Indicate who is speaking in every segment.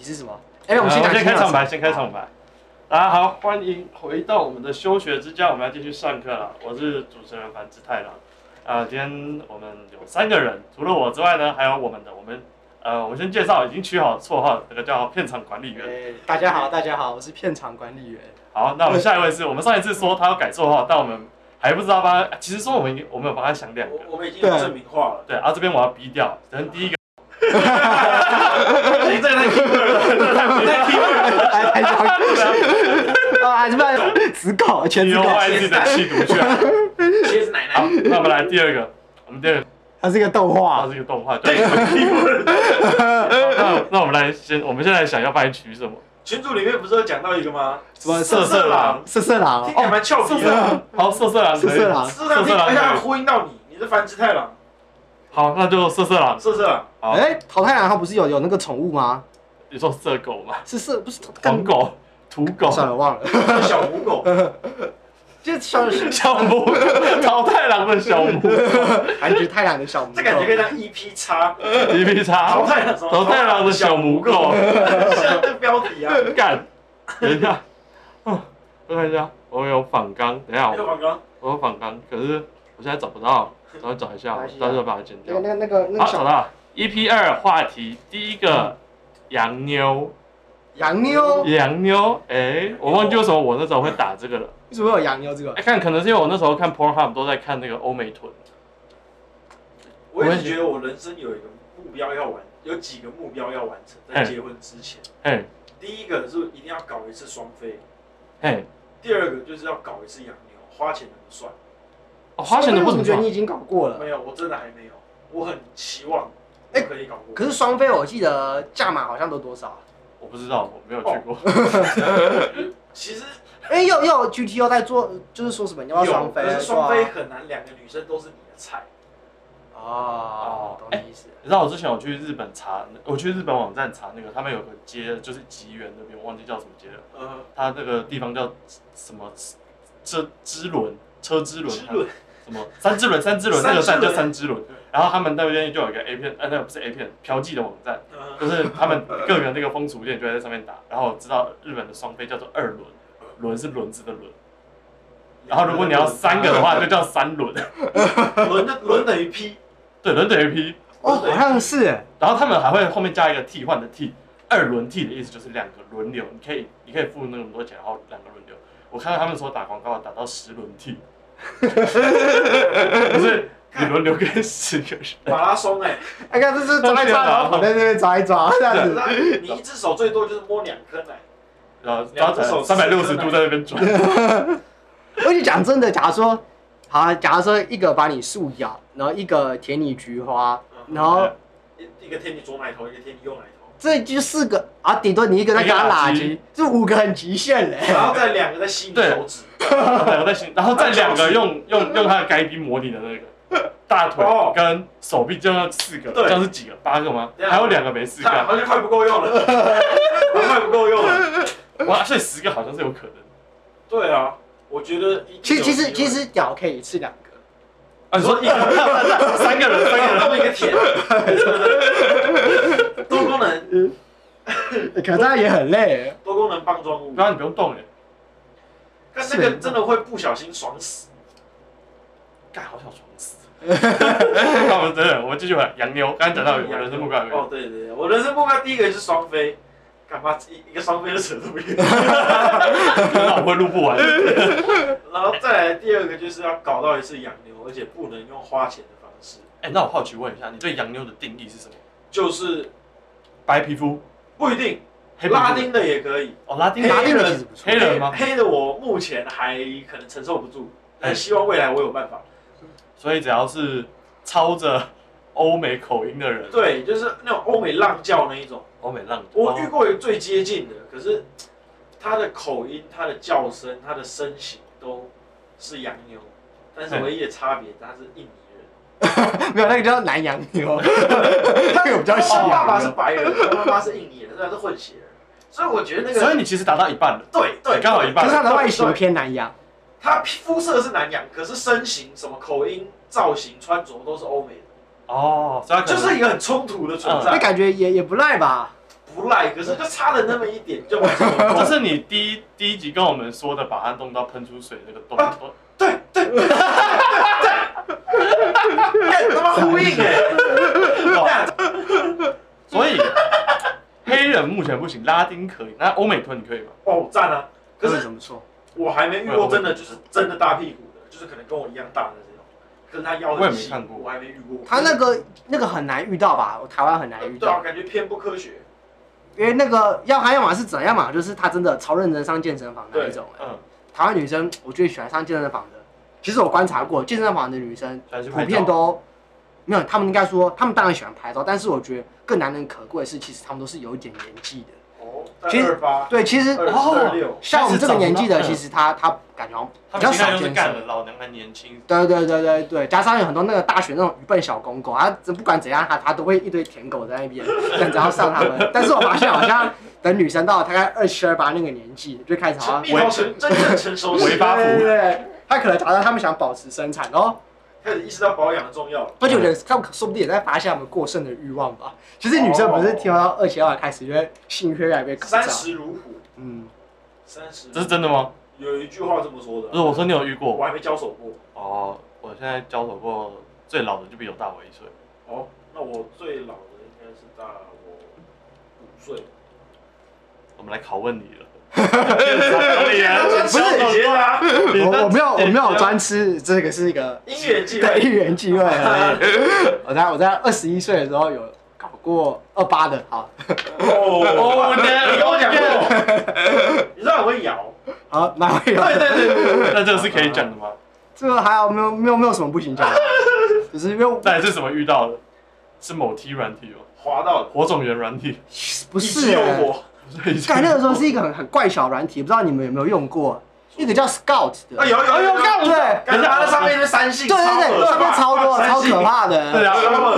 Speaker 1: 是什么？哎、我们先
Speaker 2: 好
Speaker 1: 讲
Speaker 2: 呃先开场白，
Speaker 1: 吧。
Speaker 2: 先开场白。大家好，欢迎回到我们的休学之家，我们要继续上课了。我是主持人樊志太郎。啊、今天我们有三个人，除了我之外呢，还有我们的我们呃，我先介绍，已经取好绰号，这个叫片场管理员。
Speaker 1: 哎大家好，大家好，我是片场管理员。
Speaker 2: 好，那我们下一位是我们上一次说他要改绰号，但我们还不知道帮他，其实说我们已经我们有帮他想两个。
Speaker 3: 我我们已经有证明化了。
Speaker 2: 对啊，这边我要逼掉，等第一个，
Speaker 3: 这个太 keyword 了，这个太 keyword 了。
Speaker 1: 来来讲，啊，还是不然只搞全只搞
Speaker 2: U，Y Z 的吸毒犬。
Speaker 3: 谢是奶
Speaker 2: 好
Speaker 3: 奶。，
Speaker 2: 那我们来第二个，我们第二个。
Speaker 1: 它是一个动
Speaker 2: 啊，
Speaker 1: 画。
Speaker 2: 这个动画对。那那我们来先，我们现在想要帮你取什么？
Speaker 3: 群组里面不是有讲到一个吗？
Speaker 1: 什么
Speaker 2: 色色狼
Speaker 1: 色色狼
Speaker 3: 听起来
Speaker 1: 哦，
Speaker 3: 蛮俏皮的。
Speaker 2: 好，色色狼可以。
Speaker 1: 色色狼
Speaker 3: 色色狼听哎起来呼应到你，你是繁殖太郎，
Speaker 2: 好，那就色色狼。
Speaker 3: 色色狼。
Speaker 2: 好，
Speaker 1: 哎、淘汰狼它不是有有那个宠物吗？
Speaker 2: 你说色狗嘛？
Speaker 1: 是色不是
Speaker 2: 黄
Speaker 1: 干
Speaker 2: 狗、土狗、
Speaker 1: 算了忘了，
Speaker 3: 小母狗，
Speaker 1: 就是小
Speaker 2: 小 母狗、淘汰狼的小母狗、
Speaker 1: 韩剧太郎的小母狗，
Speaker 3: 这感觉可以 E 当 EP 叉，
Speaker 2: 皮皮叉
Speaker 3: 淘、汰了什么？
Speaker 2: 淘汰狼的小母狗，
Speaker 3: 像这标题啊，
Speaker 2: 干！等一下，哦我看一下，我有仿纲，等一下
Speaker 3: 没有
Speaker 2: 我
Speaker 3: 广告。
Speaker 2: 我有仿纲，可是我现在找不到，稍微找一下，
Speaker 1: 没
Speaker 2: 我
Speaker 1: 关系啊
Speaker 2: 到时候把它剪
Speaker 1: 那
Speaker 2: 掉
Speaker 1: 个。那个那个那
Speaker 2: 好，
Speaker 1: 个小
Speaker 2: 找到 EP 二话题，第一个洋妞，
Speaker 1: 洋妞，为
Speaker 2: 洋妞，哎、我忘记为什么我那时候会打这个了。
Speaker 1: 什么会有洋妞这个
Speaker 2: 哎、？看，可能是因为我那时候看 Pornhub 都在看那个欧美臀，
Speaker 3: 我一直觉得我人生有一个目标要完，有几个目标要完成，在结婚之前，
Speaker 2: 嘿，
Speaker 3: 第一个是一定要搞一次双飞，
Speaker 2: 嘿，
Speaker 3: 第二个就是要搞一次养牛，花钱能不算。
Speaker 2: 哦，花钱的不
Speaker 1: 我怎么
Speaker 2: 怎么
Speaker 1: 觉得
Speaker 2: 算
Speaker 1: 你已经搞过了？
Speaker 3: 没有，我真的还没有，我很期望我
Speaker 1: 哎
Speaker 3: 可以搞过。
Speaker 1: 可是双飞我记得价码好像都多少啊？
Speaker 2: 我不知道，我没有去过。
Speaker 3: 哦其实
Speaker 1: 因为哎又又有 GTO 在做，就是说什么你要不要双
Speaker 3: 有，
Speaker 1: 飞？啊
Speaker 3: 可是双飞很难，两个女生都是你的菜。
Speaker 1: 哦，懂你意思。
Speaker 2: 你知道我之前我去日本查，我去日本网站查那个，他们有个街，就是吉原那边，我忘记叫什么街了，
Speaker 3: 呃，
Speaker 2: 它那个地方叫什么车之轮，车之轮，
Speaker 3: 之轮
Speaker 2: 什么三之轮，三之轮那个站
Speaker 3: 三之轮
Speaker 2: 叫三之轮，然后他们那边就有一个 A 片，呃，那个不是 A 片，嫖妓的网站，
Speaker 3: 呃
Speaker 2: 就是他们个人那个风俗店就会在上面打，然后我知道日本的双飞叫做二轮，轮是轮子的轮，然后如果你要三个的话，就叫三轮，
Speaker 3: 轮的轮等于 P，
Speaker 2: 对，轮等于 P，
Speaker 1: 哦，好像是耶，
Speaker 2: 然后他们还会后面加一个替换的替，二轮替的意思就是两个轮流，你可以你可以付那么多钱，然后两个轮流。我看到他们说打广告打到十轮替，不是你轮流跟十个人。
Speaker 3: 马拉松 哎，
Speaker 1: 哎，看这是抓一抓，然后跑在那边抓一抓，这 样子。
Speaker 3: 那你一只手最多就是摸两颗奶，
Speaker 2: 然后然后三百六十度在那边转，
Speaker 1: 而且讲真的，假如说，好，假如说一个把你树咬，然后一个舔你菊花，然后
Speaker 3: 一一个贴你左奶头，一个贴你右奶 头，
Speaker 1: 这就四个啊，顶多你一个在给他拉
Speaker 2: 一个拉
Speaker 1: 鸡
Speaker 2: 鸡，
Speaker 1: 这五个很极限嘞。
Speaker 3: 然后再两个在吸你
Speaker 2: 对
Speaker 3: 手指。
Speaker 2: 然后再行，然后再两个用用用他的该逼模拟的那个大腿
Speaker 3: 哦
Speaker 2: 跟手臂，就要四个，
Speaker 3: 对
Speaker 2: 这样是几个？八个吗？
Speaker 3: 对啊
Speaker 2: 还有两个没四
Speaker 3: 看，
Speaker 2: 个，
Speaker 3: 好像快不够 用了，快不够用了。
Speaker 2: 哇，所以十个好像是有可能。
Speaker 3: 对啊，我觉得一定
Speaker 1: 其实
Speaker 3: 有
Speaker 1: 其实
Speaker 3: 机
Speaker 1: 其
Speaker 3: 会
Speaker 1: 实屌可以吃两个，
Speaker 2: 啊，你说
Speaker 3: 说一个
Speaker 2: 三个人，三个人
Speaker 3: 弄一个铁，多功能
Speaker 1: 哎可这样也很累。
Speaker 3: 多功能棒状物
Speaker 2: 不，然你不用动哎，
Speaker 3: 但那个真的会不小心爽死。
Speaker 2: 干好想爽 死。那我们真的，我们继续玩洋妞。刚才讲到我人生目标有没
Speaker 3: 哦
Speaker 2: 有，，
Speaker 3: 对对对，我人生目标第一个就是双飞，干嘛一一个双飞就扯这么远？
Speaker 2: 那我会录不完。
Speaker 3: 然后再来第二个就是要搞到一次养牛，而且不能用花钱的方式，
Speaker 2: 哎，那我好奇问一下，你对洋妞的定义是什么？
Speaker 3: 就是
Speaker 2: 白皮肤、
Speaker 3: 不一定
Speaker 2: 黑皮肤
Speaker 3: 拉丁的也可以，
Speaker 2: 哦，拉丁
Speaker 3: 黑
Speaker 1: 拉
Speaker 2: 拉
Speaker 1: 丁
Speaker 2: 丁
Speaker 1: 的其实不错
Speaker 2: 黑，人吗？
Speaker 3: 黑的我目前还可能承受不住，但希望未来我有办法。
Speaker 2: 所以只要是操着欧美口音的人，
Speaker 3: 对，就是那种欧美浪叫那一种。
Speaker 2: 欧美浪，
Speaker 3: 我
Speaker 1: 哦
Speaker 3: 遇过有最接近的，可是他的口音、他的叫声、他的身形都是洋妞，但是唯一的差别，他是印尼人。
Speaker 1: 没有那个叫南洋妞， 那个比较细
Speaker 3: 他爸爸
Speaker 1: 啊
Speaker 3: 是。白人，他妈妈是印尼人，虽然是混血人，所以我觉得那个，
Speaker 2: 所以你其实达到一半了。
Speaker 3: 对对，
Speaker 2: 刚好一半
Speaker 1: 可是
Speaker 3: 对
Speaker 1: 他的外形
Speaker 3: 对
Speaker 1: 偏南洋，
Speaker 3: 他肤色是南洋，可是身形、什么口音、造型、穿着都是欧美的，
Speaker 2: 哦，所以他可
Speaker 3: 就
Speaker 2: 能
Speaker 3: 是一个很冲突的存
Speaker 2: 对
Speaker 1: 那
Speaker 3: 在。
Speaker 1: 感觉也也不赖吧？
Speaker 3: 不赖，可是就差了那么一点，就把它
Speaker 2: 这是你第一第一集跟我们说的，把它弄到喷出水那个洞。
Speaker 3: 对对对对对， 干他妈呼应 哎！
Speaker 2: 哦
Speaker 3: 干
Speaker 2: 所以黑人目前不行，拉丁可以，那欧美吞你可以吗？
Speaker 3: 哦赞啊！可
Speaker 1: 为
Speaker 2: 嗯
Speaker 3: 是
Speaker 1: 什么错？
Speaker 3: 我还没遇过真的就是真的大屁股的，就是可能跟我一样大的这种，可是他腰
Speaker 2: 我也
Speaker 3: 很
Speaker 2: 没
Speaker 3: 细
Speaker 2: 看过
Speaker 3: 我还没遇过。
Speaker 1: 他那个那个很难遇到吧？台湾很难遇
Speaker 3: 对啊，
Speaker 1: 到，
Speaker 3: 感觉偏不科学。
Speaker 1: 因为那个要他要么是怎样嘛，就是他真的超认真上健身房那一种、欸。
Speaker 2: 嗯，
Speaker 1: 台湾女生，我最喜欢上健身房的。其实我观察过，健身房的女生
Speaker 2: 还是
Speaker 1: 普遍都没有，她们应该说，她们当然喜欢拍照，但是我觉得更难能可贵的是，其实她们都是有一点年纪的。
Speaker 3: 哦，在
Speaker 1: 其实
Speaker 3: 二八，
Speaker 1: 对，其实
Speaker 3: 二
Speaker 2: 哦
Speaker 3: 二六，
Speaker 1: 像我们这个年纪的，其
Speaker 2: 嗯
Speaker 1: 实她她感觉好
Speaker 2: 他
Speaker 1: 像比较
Speaker 2: 们现在
Speaker 1: 少
Speaker 2: 就是
Speaker 1: 健
Speaker 2: 干
Speaker 1: 身
Speaker 2: 了。老娘还年轻，
Speaker 1: 对对对对对，加上有很多那个大学那种愚笨小公狗，他不管怎样，他他都会一堆舔狗在那边等着要上他们。但是我发现好像等女生到大概二七二八那个年纪，就开始好像
Speaker 3: 成蜜桃成真正成熟
Speaker 2: 尾
Speaker 3: 时，
Speaker 2: 巴
Speaker 1: 对对
Speaker 2: 服。
Speaker 1: 对，他可能假设他们想保持身材，然后
Speaker 3: 开始意识到保养的重
Speaker 2: 啊
Speaker 3: 要了。
Speaker 1: 而且我觉得他们说不定也在发现他们过剩的欲望吧。其实女生不是挑到二七二八开始，就会性欲越来越高涨
Speaker 3: 哦三。十如虎，
Speaker 1: 嗯，
Speaker 3: 三十
Speaker 2: 这是真的吗？
Speaker 3: 有一句话这么说的
Speaker 2: 不是，，我说你有遇
Speaker 3: 我
Speaker 2: 过
Speaker 3: 还没交手过。
Speaker 2: 哦。我现在交手过最老的就比我大我一岁，
Speaker 3: 哦，那我最老的应该是大我五岁。
Speaker 2: 我们来拷问你了。你啊
Speaker 1: 不是
Speaker 3: 小姐姐啊，
Speaker 2: 你
Speaker 1: 我
Speaker 2: 的
Speaker 1: 我没有我没有
Speaker 2: 姐姐
Speaker 1: 专吃，这个是一个
Speaker 3: 姻缘际
Speaker 1: 对
Speaker 3: 会。
Speaker 1: 一元机会而已。我在我在二十一岁的时候有搞过二八的，好，
Speaker 3: 哦，
Speaker 2: 哦那
Speaker 3: 你跟我讲过，你知道我会摇。
Speaker 1: 好，哪会有？
Speaker 3: 对对对对对，
Speaker 2: 那这个是可以讲的吗？
Speaker 1: 这个还好，没有没有没有什么不行讲的，只是因为我
Speaker 2: 那你是怎么遇到的？是某 T 软体哦，
Speaker 3: 滑到了，
Speaker 2: 火种源软体，
Speaker 1: 不
Speaker 3: 一直
Speaker 1: 是、
Speaker 3: 有
Speaker 1: 欸。
Speaker 3: 我。
Speaker 2: 不是以前
Speaker 1: 干那个时候是一个很很怪小软体，不知道你们有没有用过？一个叫 Scout 的，
Speaker 3: 啊有有有有，
Speaker 1: 对对
Speaker 3: 感觉它那上面的三性，
Speaker 1: 对对，上面超多超可。怕
Speaker 2: 对
Speaker 1: 的。
Speaker 2: 啊，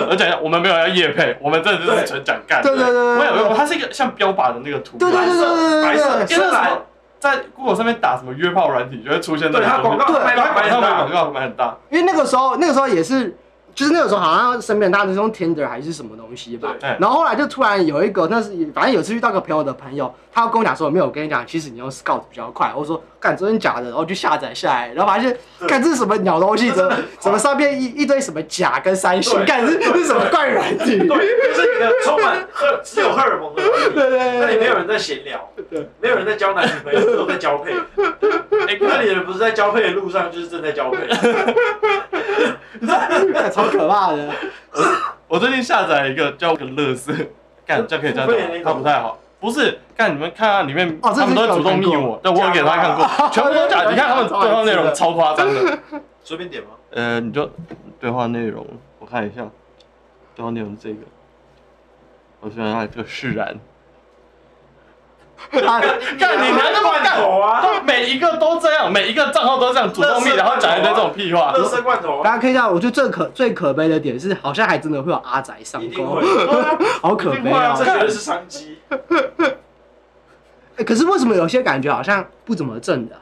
Speaker 2: 而且我们没有要夜配，我们真的就是纯讲干。
Speaker 1: 对对对对
Speaker 2: 我有用
Speaker 1: 对
Speaker 2: 过，它是一个像标靶的那个图案。
Speaker 1: 对对对对对
Speaker 3: 白色
Speaker 1: 对
Speaker 3: 白
Speaker 1: 对
Speaker 3: 色，
Speaker 2: 因为那时候在 Google 上面打什么约炮软体，就会出现那
Speaker 3: 对
Speaker 2: 个
Speaker 3: 它
Speaker 2: 东
Speaker 3: 广
Speaker 2: 西。
Speaker 3: 告买买买
Speaker 2: 对
Speaker 3: 很
Speaker 2: 它广
Speaker 3: 大，
Speaker 2: 告买很大，
Speaker 1: 因为那个时候那个时候也是，就是那个时候好像身边大家都是用 Tinder 还是什么东西吧，
Speaker 3: 对，
Speaker 2: 哎，
Speaker 1: 然后后来就突然有一个，那是反正有次遇到个朋友的朋友，他跟我讲说，没有，我跟你讲，其实你用 Scout 比较快。我说，干，真的假的？然后就下载下来，然后发现，
Speaker 3: 对
Speaker 1: 干，这是什么鸟东西？
Speaker 3: 这
Speaker 1: 怎
Speaker 3: 真
Speaker 1: 么
Speaker 3: 的很快
Speaker 1: 怎么上面一一堆什么甲跟三星？
Speaker 3: 对
Speaker 1: 干，这这是什么怪软体？对对
Speaker 3: 对，就是你的充满荷只有荷尔蒙的东西，
Speaker 1: 对
Speaker 3: 那里
Speaker 1: 对
Speaker 3: 没有
Speaker 1: 对，
Speaker 3: 人在闲聊
Speaker 1: 对，
Speaker 3: 没有人在交男女朋友，都在交配。
Speaker 2: 哎
Speaker 3: 那里的人不是在交配的路上，就是正在交配。
Speaker 1: 干超可怕的。
Speaker 2: 我最近下载一个叫个乐色， 干这样可以这样
Speaker 3: 付费的那
Speaker 2: 讲，
Speaker 3: 种
Speaker 2: 它不太好。不是，干你们看啊，里面
Speaker 1: 哦这是
Speaker 2: 他们都会主动
Speaker 1: 有看
Speaker 2: 密
Speaker 1: 过
Speaker 2: 我，但我有给他 看过，全部都假的。你看他们对话内容超夸张的，
Speaker 3: 随便点吗？
Speaker 2: 呃，你就对话内容，我看一下，对话内容是这个，我选了这个释然，
Speaker 1: 啊
Speaker 2: 干你拿这么
Speaker 3: 罐
Speaker 2: 干
Speaker 3: 头啊，
Speaker 2: 每一个都这样，每一个账号都这样主动密，
Speaker 3: 垃圾
Speaker 2: 然后讲一堆这种屁话，
Speaker 3: 乐色罐头啊，
Speaker 1: 大家看一下，我觉得最可最可悲的点是，好像还真的会有阿宅上
Speaker 3: 一定
Speaker 1: 钩
Speaker 3: 会，，对啊
Speaker 1: 好可
Speaker 3: 一
Speaker 1: 悲
Speaker 3: 定会
Speaker 1: 啊
Speaker 3: 啊！这！绝对是商机。
Speaker 1: 哎可是为什么有些感觉好像不怎么正的啊？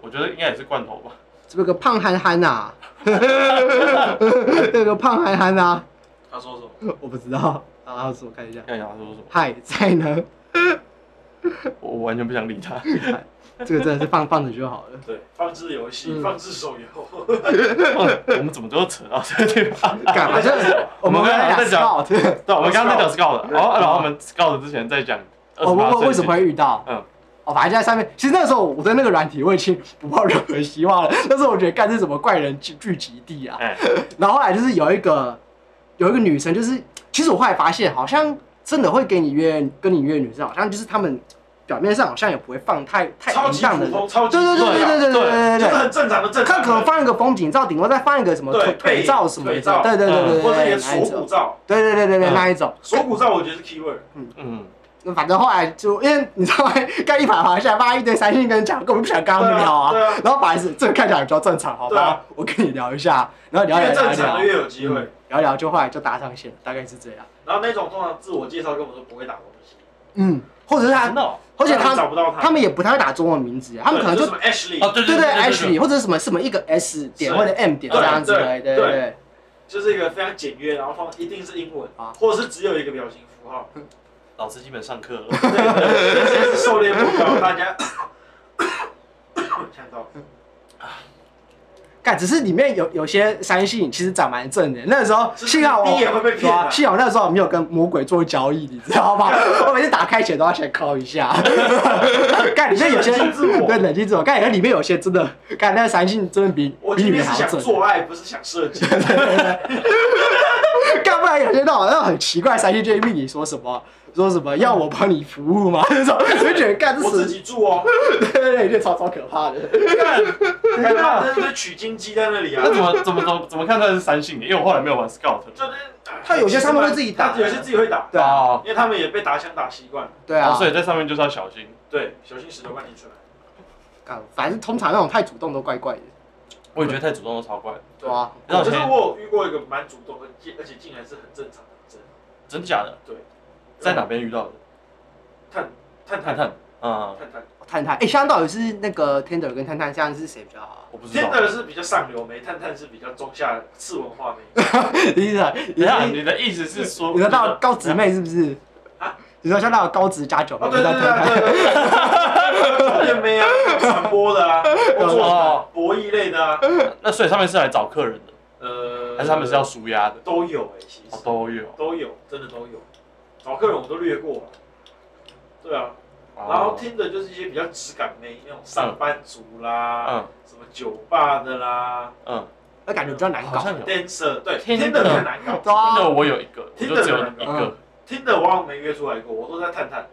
Speaker 2: 我觉得应该也是罐头吧。
Speaker 1: 这个胖憨憨呐、 这个胖憨憨呐、
Speaker 3: 他说什么？
Speaker 1: 我不知道啊，我看一下。
Speaker 2: 看一下他说什么，
Speaker 1: 嗨，在呢，
Speaker 2: 我我完全不想理他。
Speaker 1: 这个真的是放放着就好了。
Speaker 3: 对，放置游戏，
Speaker 1: 嗯
Speaker 3: 放置手游。
Speaker 2: 我们怎么都扯到这个地方？
Speaker 1: 干嘛？就是我们刚才
Speaker 2: 我们刚才在讲
Speaker 1: scout，
Speaker 2: 对，我们刚刚在讲 scout，然后然后我们 scout 之前在讲二
Speaker 1: 哦我
Speaker 2: 十八
Speaker 1: 问
Speaker 2: 岁，
Speaker 1: 为什么会遇到？
Speaker 2: 嗯，
Speaker 1: 哦，反正就在上面。其实那时候我在那个软体，我已经不抱任何希望了。 但是我觉得干这是什么怪人聚聚集地啊！
Speaker 2: 哎，
Speaker 1: 然后后来就是有一个有一个女生，就是其实我后来发现，好像真的会跟你约跟你约的女生，好像就是他们表面上好像也不会放太太
Speaker 3: 超
Speaker 1: 淫
Speaker 3: 级
Speaker 1: 荡的人，
Speaker 3: 普通，超级
Speaker 1: 哦对对对对对对对对
Speaker 3: 就是
Speaker 1: 对
Speaker 3: 很正常的正
Speaker 1: 对，看
Speaker 3: 常人。
Speaker 1: 可能放一个风景照，顶多再放一个什么
Speaker 3: 对
Speaker 1: 腿
Speaker 3: 背
Speaker 1: 腿照什么的，
Speaker 3: 腿照
Speaker 1: 对对对对对，
Speaker 3: 或者
Speaker 1: 对那一
Speaker 3: 连锁骨
Speaker 1: 种，
Speaker 3: 照，
Speaker 1: 对对对对对
Speaker 2: 嗯
Speaker 1: 那一种。
Speaker 3: 锁骨照我觉得是 keyword。
Speaker 2: 嗯，
Speaker 1: 那反正后来就因为你知道吗，干一排滑下来，发现一堆三星跟讲，根本不想跟他们聊啊
Speaker 3: 对啊对啊。
Speaker 1: 然后反而是这个看起来比较正常，好
Speaker 3: 对啊
Speaker 1: 吧，我跟你聊一下，然后聊聊
Speaker 3: 越正
Speaker 1: 聊
Speaker 3: 常的啊
Speaker 1: 聊嗯
Speaker 3: 越有机会。
Speaker 1: 聊聊，就后来就搭上线了，大概是这样。
Speaker 3: 然后那种通常自我介绍跟我们说不会打东西，
Speaker 1: 嗯，或者是 他
Speaker 2: 真，的哦，
Speaker 1: 而且
Speaker 3: 不然你找
Speaker 1: 他
Speaker 3: 不到
Speaker 1: 他们也不太会打中文名字，啊他们
Speaker 3: 对
Speaker 1: 可能就
Speaker 3: 什么 Ashley，、
Speaker 2: 哦对
Speaker 1: 对
Speaker 2: 对
Speaker 1: 对
Speaker 2: 对
Speaker 1: H 或者什么什么一个 S 点
Speaker 3: 是
Speaker 1: 或者 M 点
Speaker 3: 对
Speaker 1: 这样子
Speaker 3: 对
Speaker 1: 的，对对
Speaker 3: 对
Speaker 1: 对。
Speaker 3: 就是一个非常简约，然后通常一定是英文
Speaker 1: 啊
Speaker 3: 或者是只有一个表情符号，
Speaker 2: 老师基本上课了。
Speaker 3: 这真是狩猎目标，大家想到
Speaker 1: 干，只是里面有有些山信其实长蛮正的。那时候
Speaker 3: 是
Speaker 1: 幸好我
Speaker 3: 你也会被骗
Speaker 1: 对啊
Speaker 3: 啊
Speaker 1: 幸好那时候我没有跟魔鬼做交易，你知道 吗？我每次打开前都要先敲一下。干里面有些
Speaker 3: 冷静自我
Speaker 1: 对冷静自我，干里面有些真的，干那个山信真的比
Speaker 3: 我
Speaker 1: 比
Speaker 3: 今
Speaker 1: 里面
Speaker 3: 天是
Speaker 1: 还要
Speaker 3: 想
Speaker 1: 正。
Speaker 3: 做爱，不是想射 击。
Speaker 1: 干不然有些那种那种很奇怪，山信就会命你说什么说什么要我帮你服务吗？ 那种我就觉得干这
Speaker 3: 我自
Speaker 1: 是
Speaker 3: 己 住哦，
Speaker 1: 对对对，就超超可怕的。
Speaker 3: 看到那个取经机在那里啊
Speaker 2: 那，怎么怎么怎么怎么看出来是三性的？因为我后来没有玩 Scout。
Speaker 3: 就是
Speaker 1: 他有些他们会自己打
Speaker 3: 他有些自己会打，
Speaker 1: 对啊，
Speaker 2: 哦
Speaker 3: 因为他们也被打枪打习惯了。
Speaker 1: 对啊，
Speaker 2: 所以在上面就是要小心。
Speaker 3: 对，小心石头万一出来。
Speaker 1: 干反正通常那种太主动都怪怪的，
Speaker 2: 我也觉得太主动都超怪，
Speaker 1: 对啊，
Speaker 2: 让我
Speaker 3: 可
Speaker 2: 想
Speaker 3: 是我有遇过一个蛮主动的，而且竟然是很正常的真的
Speaker 2: 真假的？
Speaker 3: 对，
Speaker 2: 在哪边遇到的？
Speaker 3: 探探
Speaker 2: 探
Speaker 3: 探
Speaker 2: 探，嗯，
Speaker 3: 探探，
Speaker 1: 探探，哎、现在到底是那个 Tender 跟探探，现在是谁比较好啊？
Speaker 2: 我不知
Speaker 3: 天
Speaker 2: 道。
Speaker 3: 的是比较上流眉，探探是比较中下次文化眉。
Speaker 1: 你是啊
Speaker 2: 等
Speaker 1: 你
Speaker 2: 一下，
Speaker 1: 是
Speaker 2: 你的意思是说，
Speaker 1: 你说到高职妹是不是
Speaker 3: 啊？
Speaker 1: 你说像那种高职加九妹
Speaker 3: 哦，
Speaker 1: 就
Speaker 3: 对
Speaker 1: 在
Speaker 3: 对对
Speaker 1: 探探，
Speaker 3: 对对，酒店妹啊，传播的啊，或做博弈类的啊，
Speaker 2: 那所以他们是来找客人的，
Speaker 3: 呃，
Speaker 2: 还是他们是要舒压的？
Speaker 3: 都有哎，其
Speaker 2: 哦，
Speaker 3: 实
Speaker 2: 都有。
Speaker 3: 都有，真的都有。找客人我们都略过了，对啊，然后听的就是一些比较质感妹，那种上班族啦，
Speaker 2: 哦，
Speaker 3: 什么酒吧的啦
Speaker 2: 嗯
Speaker 1: 那感觉比较难
Speaker 2: 嗯，好
Speaker 1: 搞。
Speaker 2: 像有。
Speaker 3: ，dancer，对，
Speaker 2: Tinder
Speaker 3: 听的很难搞。
Speaker 1: 对
Speaker 2: 真的，
Speaker 1: 啊，
Speaker 2: 我有一个，我就只有嗯一个。
Speaker 3: 听的我好像没约出来过，我都在探探，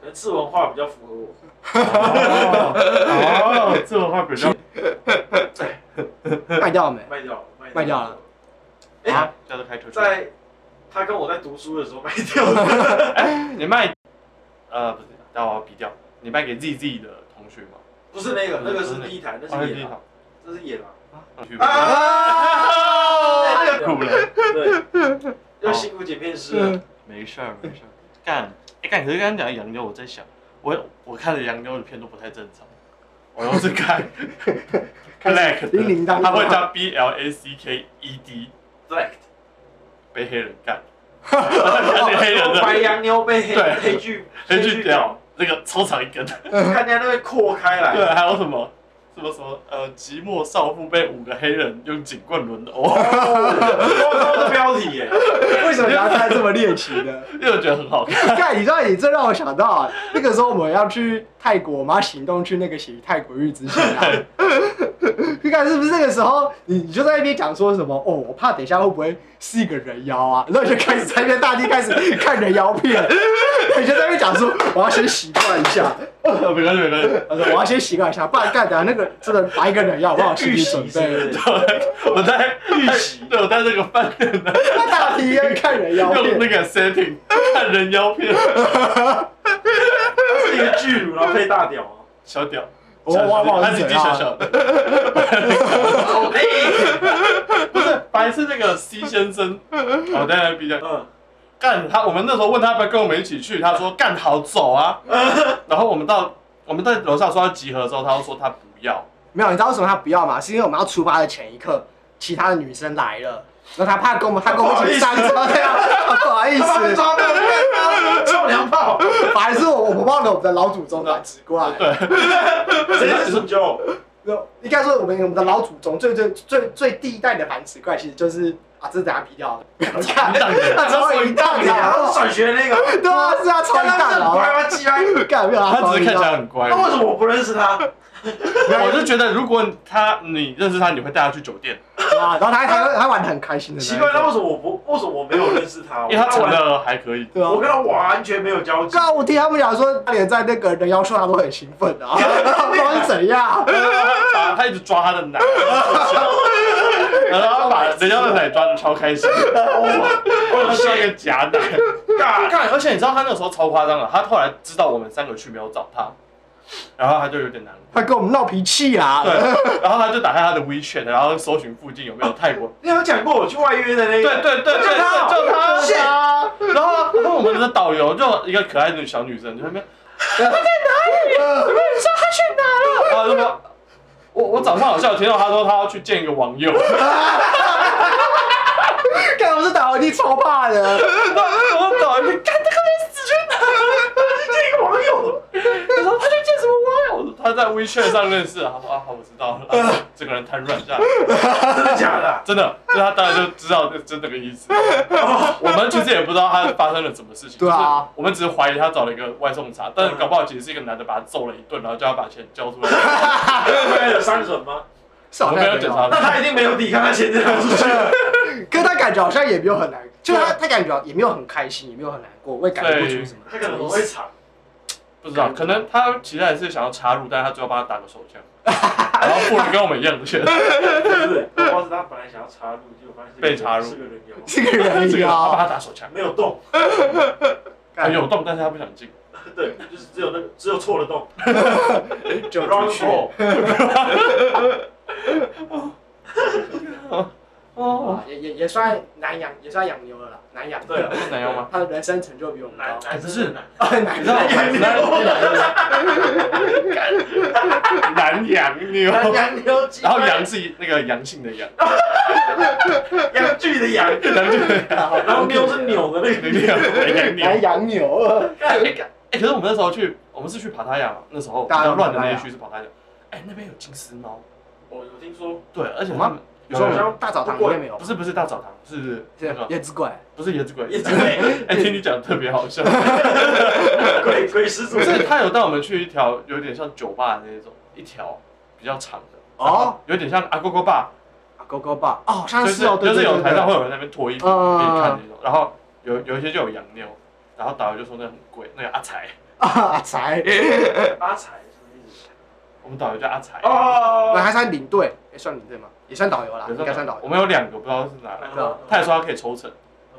Speaker 3: 可能次文化比较符合我。
Speaker 2: 哦，这种话比较
Speaker 1: 啊卖掉了没？
Speaker 3: 卖掉了，
Speaker 1: 卖
Speaker 3: 卖
Speaker 1: 掉
Speaker 3: 掉
Speaker 1: 了。
Speaker 3: 哎、
Speaker 2: 啊，叫做开车。
Speaker 3: 在他跟我在读书的时候卖掉 了。
Speaker 2: 你卖，呃，不是，那我要比掉。你卖给 ZZ 的同学吗？
Speaker 3: 不是那个，那个是第一台，那
Speaker 2: 哦
Speaker 3: 是
Speaker 2: 第
Speaker 3: 野
Speaker 2: 一
Speaker 3: 狼，那是野狼。
Speaker 2: 去吧。
Speaker 1: 啊，
Speaker 2: 太 苦了。
Speaker 3: 对，要幸福剪片师啊了。
Speaker 2: 没事儿，没事儿。干，哎、干，可是刚刚讲的洋妞，我在想，我我看的洋妞的片都不太正常，我都是看 black
Speaker 1: 叮铃
Speaker 2: 的，
Speaker 1: 当
Speaker 2: 他
Speaker 1: 当
Speaker 2: 会加 B L A C K E D，
Speaker 3: Black，
Speaker 2: 被黑人干， 而且黑 人
Speaker 3: 白
Speaker 2: 的
Speaker 3: 洋妞被
Speaker 2: 对
Speaker 3: 黑黑剧
Speaker 2: 黑去，掉，那个超长一根。
Speaker 3: 看见那被扩开
Speaker 2: 对
Speaker 3: 来。，
Speaker 2: 还有什么什么什么呃，寂寞少妇被五个黑人用警棍轮殴，
Speaker 3: 高中的标题耶，
Speaker 1: 为什么要看这么猎奇呢？
Speaker 2: 因为我觉得很好 看。
Speaker 1: 看，你知道，你这让我想到啊，那个时候我们要去泰国嘛，行动去那个洗泰国浴之前啊， 你看是不是那个时候，你你就在那边讲说什么哦，我怕等一下会不会是一个人妖啊，然后就开始在那边大地开始看人妖片， 你就在那边讲说我要先习惯一下，
Speaker 2: 没关系，没关系。
Speaker 1: 我说我要先习惯一下，不然干等下那个真的来一个人妖，我要有心理准
Speaker 3: 预习是
Speaker 1: 备
Speaker 3: 不。是
Speaker 2: 我在
Speaker 3: 预习
Speaker 2: 对，我在那个饭店的
Speaker 1: 他大地在那边看人妖
Speaker 2: 用
Speaker 1: 片，
Speaker 2: 那个 setting 看人 妖片，
Speaker 3: 它是一个巨乳，然后配大屌哦。
Speaker 2: 小屌，
Speaker 1: 我我我啊
Speaker 2: 他
Speaker 1: 是
Speaker 2: 是
Speaker 1: 怎
Speaker 2: 鸡小小
Speaker 1: 样？
Speaker 2: 的，
Speaker 3: 哦
Speaker 2: 不是，白是那个 C 先生，哦，当然比较
Speaker 3: 嗯，
Speaker 2: 干他，我们那时候问他要不要跟我们一起去，他说干好走 啊，然后我们到我们在楼上说要集合的时候，他又说他不要，
Speaker 1: 没有，你知道为什么他不要吗？是因为我们要出发的前一刻，其他的女生来了，然后他怕跟我们，他跟我们一起上车，对啊，不好意
Speaker 3: 他妈被
Speaker 1: 思，
Speaker 3: 抓到了，看他臭娘炮，
Speaker 1: 反而是我我忘了我们的老祖宗反直过来。
Speaker 2: 对，
Speaker 3: 谁是主角？
Speaker 1: 没有，应该说我们我们的老祖宗最最最最第一代的反直怪，其实就是啊，这是等下批掉的，
Speaker 2: 淫荡的
Speaker 1: 他超淫荡的
Speaker 3: 他
Speaker 1: 啊，
Speaker 3: 转学那个，
Speaker 1: 对啊，是啊，超淫荡的
Speaker 3: 他
Speaker 1: 啊，
Speaker 3: 妈鸡巴。
Speaker 1: 干没有啊，
Speaker 2: 他只是看起来
Speaker 1: 来，
Speaker 2: 很乖。
Speaker 3: 那为什么我不认识他？
Speaker 1: 没有
Speaker 2: 我是觉得，如果他你认识他，你会带他去酒店，
Speaker 1: 对啊，然后他还他玩的很开心的那一
Speaker 3: 奇
Speaker 1: 种，
Speaker 3: 怪，那为什么我不？为什么我没有认识他？
Speaker 2: 因为他长得还可以。
Speaker 1: 对啊
Speaker 3: 我。跟他完全没有交集。
Speaker 1: 刚我听他们讲说，他连在那个人妖秀他都很兴奋 的、啊，不知道是怎样。
Speaker 2: 啊他一直抓他的奶，然后把人家的奶抓的超开心，我像一个假奶。
Speaker 3: 尬，
Speaker 2: 干，而且你知道他那个时候超夸张的，他后来知道我们三个去没有找他，然后他就有点难过
Speaker 1: 他，跟我们闹脾气 啊！
Speaker 2: 对，然后他就打开他的 WeChat，然后搜寻附近有没有泰国。
Speaker 3: 你有讲过我去外约的那
Speaker 2: 对
Speaker 3: 个？
Speaker 2: 对对对，对
Speaker 3: 就他哦
Speaker 2: 就 他，
Speaker 1: 是啊，
Speaker 2: 然后然后我们的导游就一个可爱的小女生，就在那边，然后就说我我早上好像有听到他说他要去见一个网友，
Speaker 1: 看我是导游，一定超怕的。
Speaker 2: 然后我导游就干这个人死去哪？在 WeChat 上认识的，他说啊，好我知道了，啊这个人太软下来了，
Speaker 3: 真的假的啊？
Speaker 2: 真的，就他当然就知道就那个意思。我们其实也不知道他发生了什么事情，
Speaker 1: 对啊，
Speaker 2: 我们只是怀疑他找了一个外送茶，但是搞不好其实是一个男的把他揍了一顿，然后叫他把钱交出来。
Speaker 3: 回来有伤痕吗？
Speaker 1: 是好像
Speaker 2: 我没有
Speaker 1: 没
Speaker 2: 检查
Speaker 1: 有，
Speaker 3: 那他一定没有抵抗，他钱这样出去。
Speaker 1: 可是他感觉好像也没有很难，就是他他
Speaker 3: 对
Speaker 1: 感觉也没有很开心，也没有很难过，我也感觉不出什么。
Speaker 3: 他可能很会藏，
Speaker 2: 不知道，可能他其实还是想要插入，但是他最后帮他打个手枪，然后付了跟我们一样的钱。
Speaker 3: 不是？我不知道是他本来想要插入，结果发现是个
Speaker 2: 被插入
Speaker 3: 是个人妖，
Speaker 1: 这个人
Speaker 2: 这个他帮
Speaker 1: 妖
Speaker 2: 他打手枪，
Speaker 3: 没有动。
Speaker 2: 他有动，但是他不想进。
Speaker 3: 对，就是只有那个只有错的洞。
Speaker 1: 就
Speaker 3: Wrong
Speaker 1: 出去
Speaker 3: hole。
Speaker 2: 哦，
Speaker 1: 哇也也也算难养，也算养牛了啦，难养。
Speaker 3: 对啊 了，
Speaker 2: 男妖吗？
Speaker 1: 他的人生成就比我们
Speaker 3: 男
Speaker 1: 高。
Speaker 2: 哎
Speaker 3: 男是男，
Speaker 2: 你知道
Speaker 3: 男
Speaker 2: 男男洋妞，
Speaker 3: 男羊牛鸡，
Speaker 2: 然后阳是那个阳性的阳，
Speaker 3: 羊具的羊，
Speaker 2: 阳就
Speaker 3: 然后牛是扭的那个
Speaker 2: 那个阳
Speaker 1: 来
Speaker 2: 妞。
Speaker 1: 养牛，
Speaker 2: 哎，可是我们那时候去，我们是去帕塔亚嘛，那时候比较乱的那一区是帕塔亚。哎，那边有金丝猫，
Speaker 3: 我有听说，
Speaker 2: 对，而且他们
Speaker 1: 你说我
Speaker 2: 有
Speaker 1: 们大澡堂里面没有
Speaker 2: 不？是不是大澡堂，是那
Speaker 1: 是
Speaker 2: 个
Speaker 1: 椰子怪，
Speaker 2: 不是椰子鬼，
Speaker 3: 一直鬼
Speaker 2: 哎，听你讲特别好笑。
Speaker 3: 鬼鬼始祖
Speaker 2: 不，是，他有带我们去一条有点像酒吧的那种，一条比较长的，
Speaker 1: 哦
Speaker 2: 然后有点像阿勾勾吧，
Speaker 1: 啊勾勾爸，哦，好像
Speaker 2: 就是
Speaker 1: 是哦，对
Speaker 2: 就是
Speaker 1: 对
Speaker 2: 有
Speaker 1: 对
Speaker 2: 台上会
Speaker 1: 对。
Speaker 2: 有人在那边脱衣服
Speaker 1: 嗯
Speaker 2: 给
Speaker 1: 嗯嗯
Speaker 2: 你看那种，然后有有一些就有洋妞，然后导游就说那很贵，那个阿才，
Speaker 1: 啊，才，
Speaker 3: 发财什么意思？
Speaker 2: 我们导游叫阿才，
Speaker 1: 我
Speaker 3: 哦，
Speaker 1: 还算领队，也算领队吗？也算导游啦，
Speaker 2: 有时
Speaker 1: 应
Speaker 2: 候
Speaker 1: 该算导
Speaker 2: 我
Speaker 1: 游。
Speaker 2: 们有两个不知道是哪来的，他也说他可以抽成，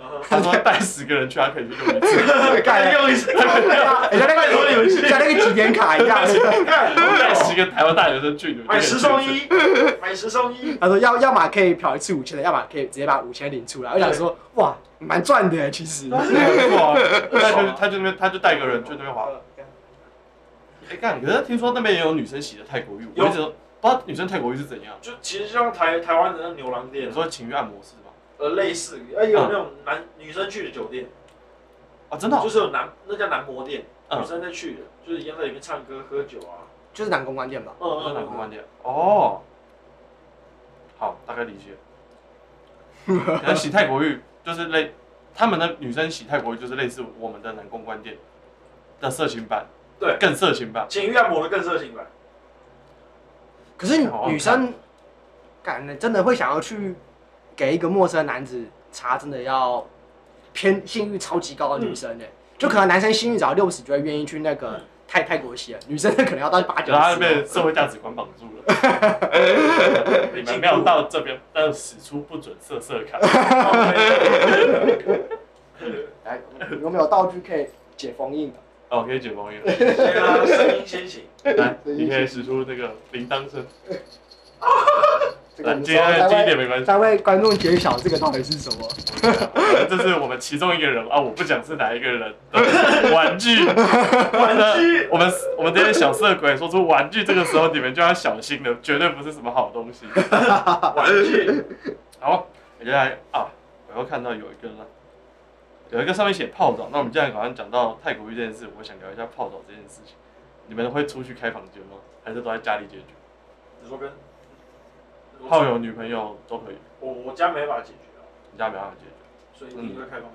Speaker 3: 他
Speaker 2: 他说带十个人去他可以去用一 次，
Speaker 1: 干
Speaker 3: 用一次，
Speaker 1: 哎像那
Speaker 3: 拜托你
Speaker 1: 个
Speaker 3: 们去
Speaker 1: 像那个几点卡一样。
Speaker 3: 看
Speaker 2: 我们带十个台湾大学生去，你们就可
Speaker 3: 买
Speaker 2: 以去
Speaker 3: 十 送一，买十送一，
Speaker 1: 他说要要么可以嫖一次五千的，要么可以直接把五千领出来。我想说，哇，蛮赚的其实。
Speaker 2: 对没错啊他就 他就那边他就带个人去那边滑。哎，干！可是听说那边也有女生洗的泰国浴，我
Speaker 3: 有
Speaker 2: 一直都不知道女生泰国浴是怎样。
Speaker 3: 就其实像台台湾的那牛郎店
Speaker 2: 你，说情欲按摩师吗？
Speaker 3: 呃，类似，哎，有那种男女生去的酒店，
Speaker 2: 啊，嗯真的哦、
Speaker 3: 就是有男那叫男模店，
Speaker 2: 嗯
Speaker 3: 女生在去的，就是一样在里面唱歌喝酒啊，
Speaker 1: 就是南公关店吧？
Speaker 3: 嗯
Speaker 2: 我在哪个观点？哦，好，大概理 解。可能洗泰国浴就是类，他们的女生洗泰国浴就是类似我们的男公关店的色情版，
Speaker 3: 对
Speaker 2: 更色情版。
Speaker 3: 情欲按摩的更色情 吧？
Speaker 1: 可是
Speaker 2: 好好
Speaker 1: 女生，感觉真的会想要去给一个陌生男子查，真的要偏性欲超级高的女生
Speaker 2: 嗯
Speaker 1: 呢、就可能男生性欲只要六十就会愿意去那个
Speaker 3: 嗯
Speaker 1: 泰泰国洗了，女生可能要到八九
Speaker 2: 然后他就被
Speaker 1: 十。
Speaker 2: 社会价值观绑住 了，你们没有到这边，但使出不准色色卡。 哎
Speaker 1: 来，哎有没有道具可以解封印的？
Speaker 2: 哦，可以解封印了。
Speaker 3: 先让声音先行，
Speaker 2: 来，你可以使出那个铃铛声。
Speaker 1: 这个
Speaker 2: 来，
Speaker 1: 你
Speaker 2: 今
Speaker 1: 知道
Speaker 2: 天第一
Speaker 1: 三
Speaker 2: 点
Speaker 1: 位
Speaker 2: 没关系，
Speaker 1: 三位观众揭晓这个到底是什么？欸
Speaker 2: 这是我们其中一个人啊，我不讲是哪一个人的玩 具。
Speaker 3: 玩具，
Speaker 2: 我们我们这些小色鬼说出玩具，这个时候你们就要小心了，绝对不是什么好东西。
Speaker 3: 玩具，
Speaker 2: 好，我接下来啊，我又看到有一个了，有一个上面写泡澡。那我们既然好像讲到泰国浴这件事，我想聊一下泡澡这件事情。你们会出去开房间吗？还是都在家里解决？
Speaker 3: 你说跟
Speaker 2: 泡，友、女朋友都可以，
Speaker 3: 我我家没法解决啊，
Speaker 2: 你家没办法解决，
Speaker 3: 所以一定会开放间，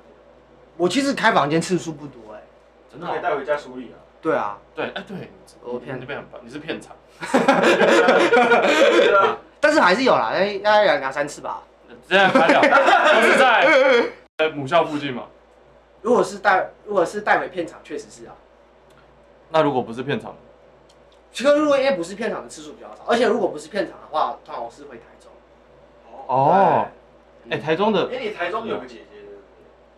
Speaker 1: 我其实开房间次数不多哎、
Speaker 2: 真的
Speaker 3: 那可以
Speaker 2: 哦。
Speaker 3: 带回家处理啊。
Speaker 1: 对啊，
Speaker 2: 对，哎、对，
Speaker 1: 我骗
Speaker 2: 你被很棒，你是片场，
Speaker 3: 对啊，
Speaker 1: 但是还是有啦，大概大概两两三次吧。
Speaker 2: 这样还了，我是在呃母校附近嘛。
Speaker 1: 如果是带如果是带回片场，确实是啊。
Speaker 2: 那如果不是片场，
Speaker 1: 其实如果因为不是片场的次数比较少，而且如果不是片场的话，通常我是回台中。
Speaker 2: 哦，哎、
Speaker 1: 嗯
Speaker 2: 台中的
Speaker 3: 哎，你台中有个姐姐，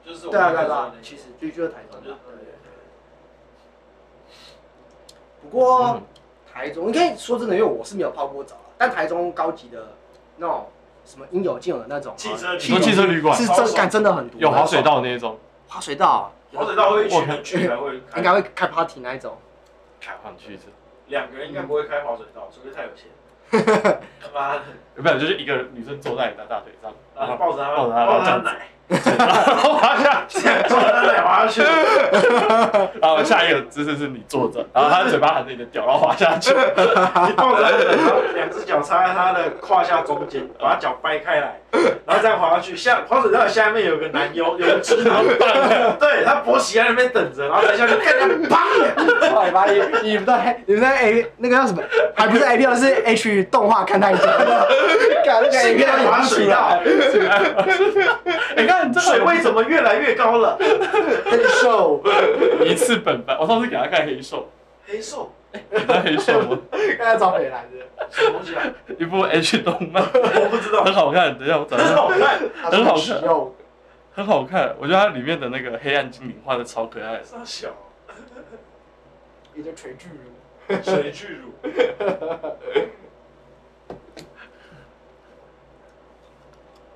Speaker 3: 就是我
Speaker 1: 对啊
Speaker 3: 们
Speaker 1: 对啊
Speaker 3: 台
Speaker 1: 对
Speaker 3: 中
Speaker 1: 啊
Speaker 3: 的，那
Speaker 1: 其
Speaker 3: 个
Speaker 1: 实就就是台中的。对啊对对
Speaker 3: 对
Speaker 1: 不过
Speaker 2: 嗯
Speaker 1: 台中，你可以说真的，因为我是没有泡过澡啊，但台中高级的那种什么应有尽有的那种啊
Speaker 3: 汽车
Speaker 2: 你说汽车旅馆
Speaker 1: 是
Speaker 3: 超
Speaker 1: 真
Speaker 3: 爽
Speaker 1: 干真的很多，
Speaker 2: 有滑水道那一种，
Speaker 1: 滑水道，
Speaker 3: 火水道会一群
Speaker 2: 我
Speaker 3: 人去才会开
Speaker 1: 应该会开 party 那一种。
Speaker 2: 开放去一次，
Speaker 3: 两个人应该不会开滑水道，除非太有 钱。他妈 的，
Speaker 2: 有没有？就是一个女生坐在你的大腿上，
Speaker 3: 然
Speaker 2: 然
Speaker 3: 后
Speaker 2: 后
Speaker 3: 啊抱着他，
Speaker 2: 抱着他
Speaker 3: 抱着
Speaker 2: 这
Speaker 3: 他的
Speaker 2: 样子
Speaker 3: 奶，
Speaker 2: 然后滑下去，
Speaker 3: 抱着他的奶滑下去，
Speaker 2: 然后下一个姿势是你坐着，然后他嘴巴含着你的屌，然后滑下 去。
Speaker 3: 你抱着他的，然后两只脚插在他的胯下中 间，把脚掰开来，然后再滑下去。下滑水道下面有个男 优，有个直男，对他勃起在那边等着，然后等下去， 看他啪，
Speaker 1: 操你妈！你哎你们在你们在 A 哎那个叫什么？还不是 A 片，是 H 动画看太久了，感觉 A
Speaker 3: 性
Speaker 1: 片都
Speaker 3: 爱
Speaker 1: 演
Speaker 3: 滑
Speaker 1: 不出
Speaker 3: 水道
Speaker 1: 来，，
Speaker 2: 你哎看这
Speaker 3: 水
Speaker 2: 个
Speaker 3: 位怎么越来越高了？
Speaker 1: 很瘦。
Speaker 2: 一次本番，我上次给他看黑兽，
Speaker 3: 黑瘦，
Speaker 2: 你知道黑兽吗？
Speaker 1: 刚才找北来的，
Speaker 3: 什么东西啊？
Speaker 2: 一部 H 动漫，
Speaker 3: 我不知道
Speaker 2: 很，好看。等一下我找一
Speaker 3: 真是
Speaker 2: 下，
Speaker 3: 好看，
Speaker 1: 他
Speaker 2: 很好看
Speaker 1: 实用。
Speaker 2: 很好看。我觉得它里面的那个黑暗精灵画的超可爱的。
Speaker 3: 真小，
Speaker 1: 也就垂巨乳，
Speaker 3: 水巨 乳。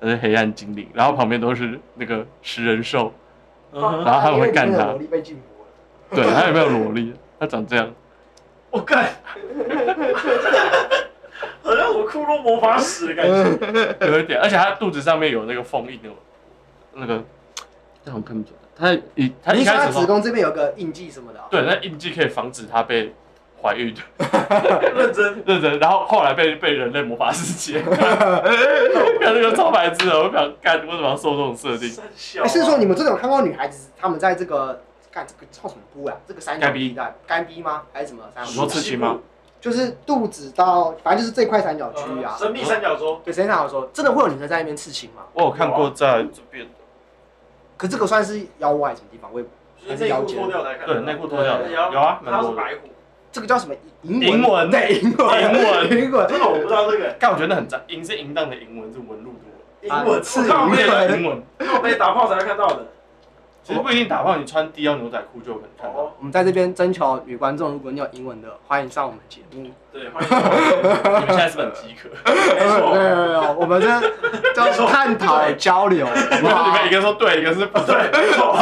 Speaker 2: 那是黑暗精灵，然后旁边都是那个食人兽，
Speaker 3: 嗯
Speaker 2: 然后他们会干
Speaker 1: 啊因为你
Speaker 2: 他
Speaker 1: 的萝莉被禁播了。
Speaker 2: 对，他有没有萝莉？他长这样，
Speaker 3: 我干，好像我骷髅魔法使的感觉。
Speaker 2: 有一点，而且他肚子上面有那个封印的，那个，但我看不准。他一他
Speaker 1: 你
Speaker 2: 一
Speaker 1: 说
Speaker 2: 开
Speaker 1: 他
Speaker 2: 始
Speaker 1: 子
Speaker 2: 说，
Speaker 1: 宫这边有个印记什么的啊？
Speaker 2: 对，那印记可以防止他被怀 孕，
Speaker 3: 认真，
Speaker 2: 认真。然后后来被被人类魔法师 解开，看那个超白痴的，我不想干，为什么要受这种设定？
Speaker 3: 三小啊
Speaker 1: 哎，是说你们真的有看过女孩子她们在这个干这个叫什么波呀？这个三角地带，干逼吗？还是什么三
Speaker 2: 你
Speaker 1: 角
Speaker 2: 说
Speaker 1: 区？
Speaker 2: 刺青吗？
Speaker 1: 就是肚子到，反正就是这块三角区
Speaker 3: 呃
Speaker 1: 啊。
Speaker 3: 神秘三角洲，
Speaker 1: 对，谁想说真的会有女生在那边刺青吗？
Speaker 2: 我有看过在这边，
Speaker 1: 可这个算是妖外什么地方？我也
Speaker 3: 就是内裤脱掉来看。
Speaker 2: 对，内裤脱掉的，
Speaker 3: 然后
Speaker 2: 有啊，蛮
Speaker 3: 他是
Speaker 2: 多的。
Speaker 3: 白虎，
Speaker 1: 这个叫什么银
Speaker 2: 银纹
Speaker 1: 对，银
Speaker 2: 银
Speaker 1: 纹，
Speaker 2: 文，
Speaker 1: 银纹，
Speaker 3: 这个我不知道这个
Speaker 2: 但我觉得很赞，银是淫荡的淫，文是纹路的
Speaker 3: 英
Speaker 1: 啊
Speaker 3: 文，
Speaker 1: 是
Speaker 3: 我靠，
Speaker 2: 文，
Speaker 3: 我
Speaker 2: 我也
Speaker 3: 被
Speaker 2: 叫淫文。
Speaker 3: 我被打炮才会看到的。
Speaker 2: 其实不一定打炮，你穿低腰牛仔裤就有可能看到。
Speaker 3: 哦，
Speaker 1: 我们在这边征求女观众，如果你有英文的，欢迎上我们节目。
Speaker 3: 对，欢迎光临，
Speaker 2: 你们现在是不是很饥渴，
Speaker 1: 没
Speaker 3: 没
Speaker 1: 有没
Speaker 3: 错，
Speaker 1: 有没有，我们这叫探讨交流，好不
Speaker 2: 然后
Speaker 1: 好
Speaker 2: 你们一个说对，一个是不对，
Speaker 3: 没错，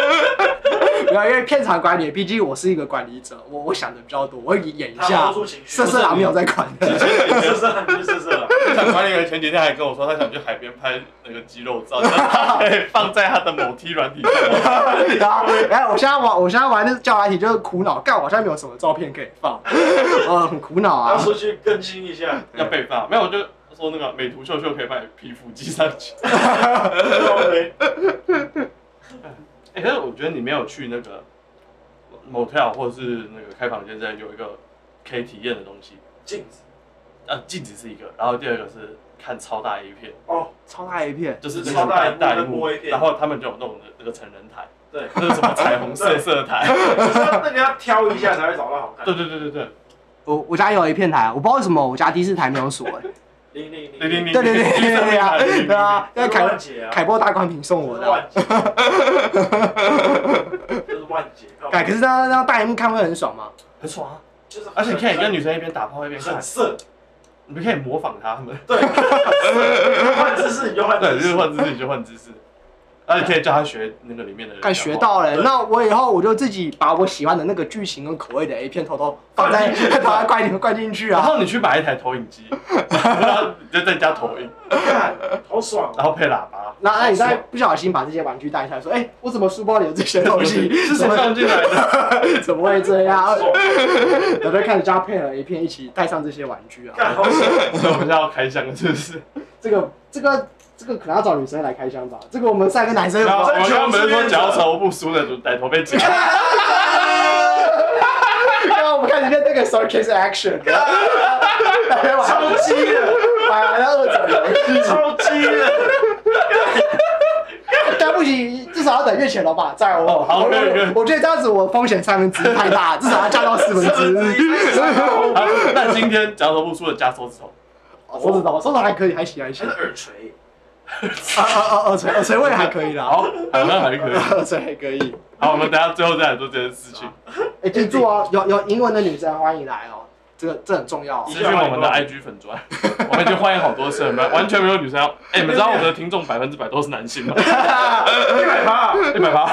Speaker 1: 没有，因为片场管理，毕竟我是一个管理者，我我想的比较多，我演一
Speaker 3: 他
Speaker 1: 下
Speaker 3: 抛。出情绪，
Speaker 1: 色色狼没有在管 的，
Speaker 3: 色色狼就是色色狼，
Speaker 2: 想管理员前几天还跟我说，他想去海边拍那个肌肉照，但是他可以放在他的某 T 软体上。
Speaker 1: 然后哎，我现在玩，我现在玩的教软体就是苦恼，干我现在没有什么照片可以放，呃，很苦恼
Speaker 3: 要
Speaker 1: 啊。
Speaker 3: 出去更新一下，
Speaker 2: 要被放，没有我就说那个美图秀秀可以把你皮肤寄上去。
Speaker 3: 对
Speaker 2: 哎、可是我觉得你没有去那个 motel 或是那个开房间之类，有一个可以体验的东西，
Speaker 3: 镜子，
Speaker 2: 呃，镜子是一个，然后第二个是看超大 A 片，
Speaker 3: 哦，
Speaker 1: 超大 A 片，
Speaker 2: 就是
Speaker 3: 超大荧幕
Speaker 2: 大
Speaker 3: 跟
Speaker 2: 荧幕
Speaker 3: 摸 A，片
Speaker 2: 然后他们就有那种那个成人台，
Speaker 3: 对，
Speaker 2: 那是什么彩虹色色台？
Speaker 3: 就是那个要挑一下才会找到好看
Speaker 2: 对。对对对对，
Speaker 1: 我我家也有 A 片台，我不知道为什么我家第四台没有锁、欸。
Speaker 3: 零零
Speaker 2: 零
Speaker 3: 零
Speaker 2: 零
Speaker 3: 零，
Speaker 2: 零
Speaker 1: 对对对对对啊，对啊，那
Speaker 3: 万
Speaker 1: 凯
Speaker 3: 劫啊，
Speaker 1: 凯波大光屏送我
Speaker 3: 这
Speaker 1: 的
Speaker 3: 是
Speaker 1: 啊，
Speaker 3: 万劫，这是万劫，靠
Speaker 1: 哎，可是那那大荧幕看会很爽吗？
Speaker 2: 很爽啊！
Speaker 3: 就是很，
Speaker 2: 而且你可以跟女生一边打炮一边看
Speaker 3: 很，色，
Speaker 2: 你们可以模仿他们，
Speaker 3: 对，换姿势你就换
Speaker 2: 对，
Speaker 3: 姿
Speaker 2: 就是
Speaker 3: 势，
Speaker 2: 换姿势就换姿势，而且可以叫他学那个里面的人。
Speaker 1: 感学。到了欸、那我以后我就自己把我喜欢的那个剧情跟口味的 A 片偷偷放在 把它灌进灌进去
Speaker 2: 然
Speaker 1: 啊。
Speaker 2: 后你去买一台投影机，然后你就在家投影，
Speaker 3: 看好爽
Speaker 2: 然
Speaker 3: 哦，
Speaker 2: 后配喇叭，
Speaker 1: 那那你再不小心把这些玩具带下来，说，哎、我怎么书包里有这些东西？
Speaker 2: 是
Speaker 1: 怎
Speaker 2: 谁
Speaker 1: 么
Speaker 2: 放进来的？
Speaker 1: 怎么会这样
Speaker 3: 好？爽，
Speaker 1: 然后就开始加配合 A 片一起带上这些玩具啊。
Speaker 3: 看好爽，
Speaker 2: 所以我们现在要开箱，是不是？
Speaker 1: 这个这个这个可能要找女生来开箱吧。这个我们三个男生有
Speaker 2: 然后我
Speaker 1: 没有
Speaker 2: 刚刚不是说只要仇不输的奶头被夹，
Speaker 1: 刚刚我们看里面那个 circus action，
Speaker 3: 超激的，
Speaker 1: 玩玩二者游戏，
Speaker 3: 超激的，
Speaker 1: 但不行，至少要等月前老板在
Speaker 2: 哦
Speaker 1: 哦。
Speaker 2: 好可以可以
Speaker 1: 我我觉得这样子我风险三分之一太大，至少要降到四分
Speaker 3: 四分
Speaker 1: 之一。
Speaker 3: 之一三分
Speaker 2: 好那今天只要头不输的加手指头，
Speaker 1: 哦手指头，手指头还可以，还行还
Speaker 3: 之一
Speaker 1: 行。
Speaker 3: 还
Speaker 1: 啊
Speaker 3: 是耳垂，
Speaker 1: 啊啊！耳垂耳垂位还可以啦，
Speaker 2: 好，好像还可以。
Speaker 1: 耳垂还可以。
Speaker 2: 好，我们等一下最后再来做这件事情。
Speaker 1: 哎，记住哦，有有英文的女生欢迎来哦，这个这很重要哦。
Speaker 2: 私讯我们的 IG 粉砖，我们已经欢迎好多次了，没有完全没有女生要。哎、你们知道我们的听众百分之百都是男性吗？
Speaker 3: 一百八，
Speaker 2: 一百趴，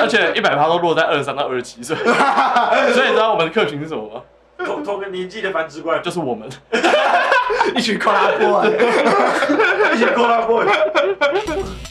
Speaker 2: 而且一百趴都落在二十三到二十七岁，所以你知道我们的客群是什么吗？
Speaker 3: 同同个年纪的繁殖怪，
Speaker 2: 就是我们。
Speaker 1: 一群克拉波尔。
Speaker 3: 一起扣他 boy。